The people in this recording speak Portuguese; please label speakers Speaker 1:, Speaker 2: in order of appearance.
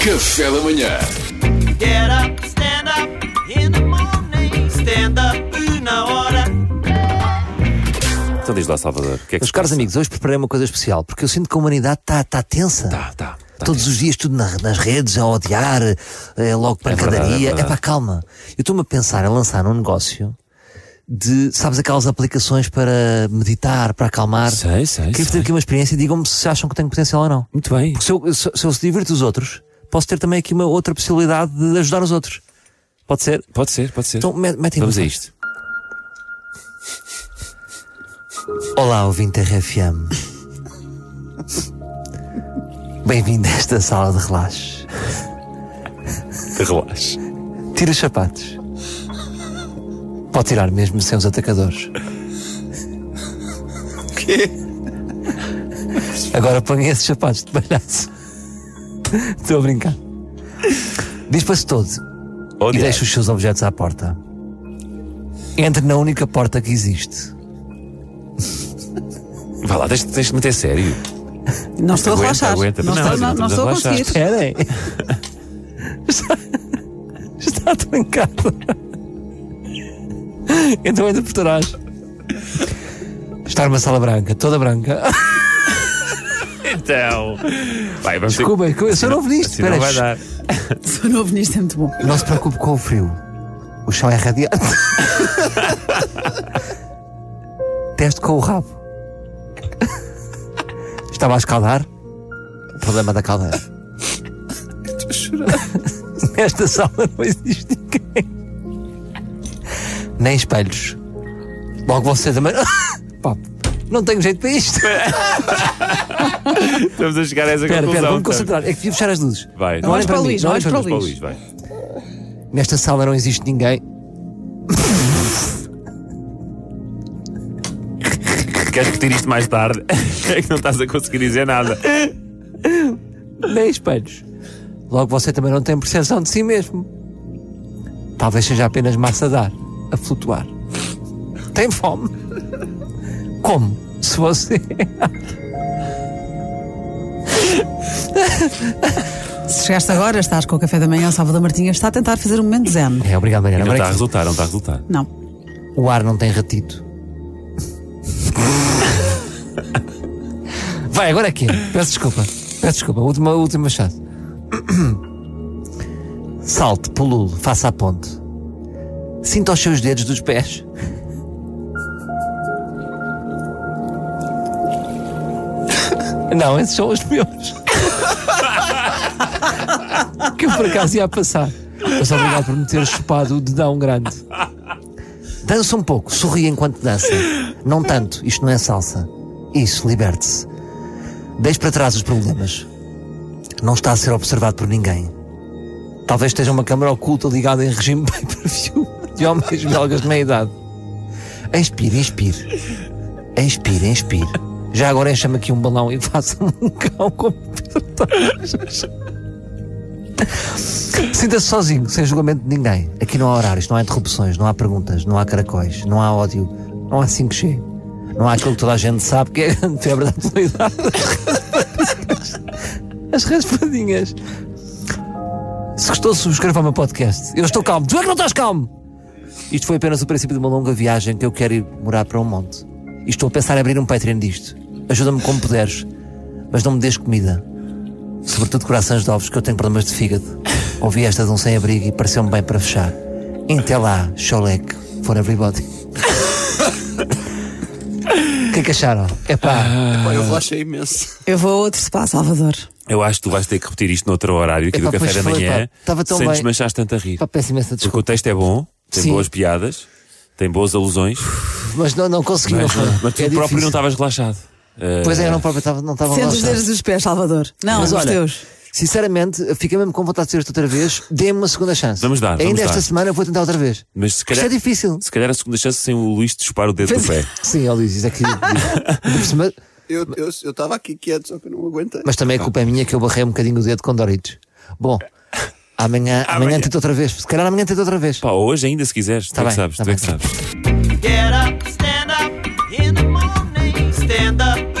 Speaker 1: Café da manhã.
Speaker 2: Get up, stand up in the morning. Stand up na hora.
Speaker 3: Então diz lá, Salvador, o que é que
Speaker 4: Meus caros amigos, hoje preparei uma coisa especial, porque eu sinto que a humanidade está tá tensa.
Speaker 3: Tá, tá, tá
Speaker 4: Todos os dias, tudo na- nas redes, a odiar, é logo
Speaker 3: verdade, é
Speaker 4: pancadaria. É
Speaker 3: verdade.
Speaker 4: pá, calma. Eu estou-me a pensar em lançar um negócio de, sabes, aquelas aplicações para meditar, para acalmar.
Speaker 3: Sei, sei,
Speaker 4: Queria
Speaker 3: sei.
Speaker 4: ter aqui uma experiência e digam-me se acham que tenho potencial ou não.
Speaker 3: Muito bem.
Speaker 4: Porque se eu, se, se eu se divirto os outros, posso ter também aqui uma outra possibilidade de ajudar os outros. Pode ser?
Speaker 3: Pode ser, pode ser.
Speaker 4: Então, me- metem
Speaker 3: Vamos a
Speaker 4: música.
Speaker 3: isto.
Speaker 4: Olá, ouvinte RFM. Bem-vindo a esta sala de relaxe.
Speaker 3: Relaxa.
Speaker 4: Tira os sapatos. Pode tirar mesmo sem os atacadores. Agora põe esses sapatos de palhaço. Estou a brincar. Dispa-se todo e deixe os seus objetos à porta. Entre na única porta que existe.
Speaker 3: Vai lá, deixa- deixa-te meter sério.
Speaker 5: Não estou a
Speaker 3: Aguenta,
Speaker 5: relaxar.
Speaker 3: aguenta.
Speaker 5: Não,
Speaker 3: Não,
Speaker 5: estou, não,
Speaker 3: estamos
Speaker 5: não
Speaker 3: a
Speaker 5: estou a
Speaker 3: relaxar.
Speaker 5: conseguir.
Speaker 4: Esperem. Está, está trancado. Então entra por trás. Está numa sala branca, toda branca. Ah,
Speaker 3: Então. Vai, vamos ter-
Speaker 4: Desculpem, que eu sou novo nisto.
Speaker 3: Assim não vai
Speaker 4: Espera aí.
Speaker 3: dar.
Speaker 5: Sou novo nisto, é muito bom.
Speaker 4: Não se preocupe com o frio. O chão é radiante. Teste com o rabo. Estava a escaldar? Problema da caldeira. Estou a chorar. Nesta sala não existe ninguém. Nem espelhos. Logo você também. Pá, não tenho jeito para isto. Espera,
Speaker 3: Estamos a chegar a essa
Speaker 4: espera,
Speaker 3: conclusão.
Speaker 4: vou-me concentrar. É que devia fechar as luzes.
Speaker 3: Vai.
Speaker 4: Não olhem
Speaker 5: para
Speaker 4: para
Speaker 5: o
Speaker 4: mim.
Speaker 5: Luís,
Speaker 4: Não
Speaker 5: não
Speaker 4: olhem para
Speaker 5: olhes
Speaker 4: mim.
Speaker 5: para o
Speaker 3: Vamos para o
Speaker 5: Luís.
Speaker 3: Luís, vai.
Speaker 4: Nesta sala não existe ninguém.
Speaker 3: Queres repetir isto mais tarde? É que não estás a conseguir dizer nada.
Speaker 4: nem espelhos. Logo você também não tem percepção de si mesmo. Talvez seja apenas massa a dar, a flutuar. Tem fome? Como? Se você.
Speaker 5: Se chegaste agora, estás com o café da manhã, o Salvador Martinha está a tentar fazer um momento zen.
Speaker 4: É,
Speaker 3: E
Speaker 4: obrigado, Mariana.
Speaker 3: Não
Speaker 4: Agora
Speaker 3: está a
Speaker 4: é que-
Speaker 3: resultar, não está a resultar.
Speaker 5: Não.
Speaker 4: O ar não tem ratito. Vai, agora é que é. Peço desculpa. Peço desculpa. Última, última chance. Salte, pulule, faça a ponte. Sinta os seus dedos dos pés. Não, esses são os meus. que eu por acaso ia a passar. Mas obrigado por me ter chupado o dedão grande. Dança um pouco, sorri enquanto dança. Não tanto, isto não é salsa. Isso, liberte-se. Deixe para trás os problemas. Não está a ser observado por ninguém. Talvez esteja uma câmara oculta ligada em regime pay-per-view de homens belgas de meia-idade. Inspire, inspire. Inspire, inspire. Já agora encha-me aqui um balão e faça-me um cão com pertagens. Sinta-se sozinho, sem julgamento de ninguém. Aqui não há horários, não há interrupções, não há perguntas, não há caracóis, não há ódio, não há 5G. Não há aquilo que toda a gente sabe que é a grande febre da atualidade. As raspadinhas. Se gostou, subscreva o meu podcast. Eu estou calmo. Tu é que não estás calmo? Isto foi apenas o princípio de uma longa viagem que eu quero ir morar para um monte. E estou a pensar em abrir um Patreon disto. Ajuda-me como puderes, mas não me dês comida. Sobretudo corações de ovos, que eu tenho problemas de fígado. Ouvi esta de um sem-abrigo e pareceu-me bem para fechar. Até lá, Cholec, for everybody. O que é que acharam? Epá,
Speaker 1: Ah, Eu relaxei imenso.
Speaker 5: Eu vou a outro spa, Salvador.
Speaker 3: Eu acho que tu vais ter que repetir isto noutro horário aqui
Speaker 4: Epá,
Speaker 3: do café
Speaker 4: pois
Speaker 3: da
Speaker 4: foi,
Speaker 3: manhã.
Speaker 4: pá. Estava tão
Speaker 3: sem
Speaker 4: bem.
Speaker 3: desmanchar tanto a rir.
Speaker 4: pá, peço imensa
Speaker 3: Porque o
Speaker 4: desculpa.
Speaker 3: texto é bom, tem
Speaker 4: Sim.
Speaker 3: boas piadas, tem boas alusões,
Speaker 4: Mas não, não consegui. não
Speaker 3: mas,
Speaker 4: foi?
Speaker 3: mas tu
Speaker 4: É
Speaker 3: próprio não
Speaker 4: difícil.
Speaker 3: estavas relaxado. Eh,
Speaker 4: Pois é, eu não próprio estava, não estava
Speaker 5: Sendo os
Speaker 4: relaxado.
Speaker 5: dedos dos pés, Salvador. Não,
Speaker 4: Mas
Speaker 5: os
Speaker 4: olha,
Speaker 5: teus.
Speaker 4: Sinceramente, eu fiquei mesmo com vontade de ser isto outra vez. Dê-me uma segunda chance.
Speaker 3: Vamos dar,
Speaker 4: Ainda
Speaker 3: vamos
Speaker 4: esta
Speaker 3: dar.
Speaker 4: semana eu vou tentar outra vez.
Speaker 3: Mas se
Speaker 4: Isto
Speaker 3: calhar,
Speaker 4: é difícil.
Speaker 3: se calhar a segunda chance é sem o Luís te chupar o dedo do pé.
Speaker 4: Sim, ó Luís, isso é que. Por cima-
Speaker 1: Eu estava eu, eu tava aqui quieto, só que eu não aguentei.
Speaker 4: Mas também a culpa é minha que eu barrei um bocadinho o dedo com Doritos. Bom, amanhã, amanhã
Speaker 3: Amanhã.
Speaker 4: tento outra vez. Se calhar amanhã tento outra vez.
Speaker 3: Pá, hoje ainda se quiseres,
Speaker 4: Tá
Speaker 3: tu é que
Speaker 4: bem,
Speaker 3: sabes,
Speaker 4: tá
Speaker 3: tu é que
Speaker 4: bem.
Speaker 3: sabes.
Speaker 2: Get up, stand up in the morning. Stand up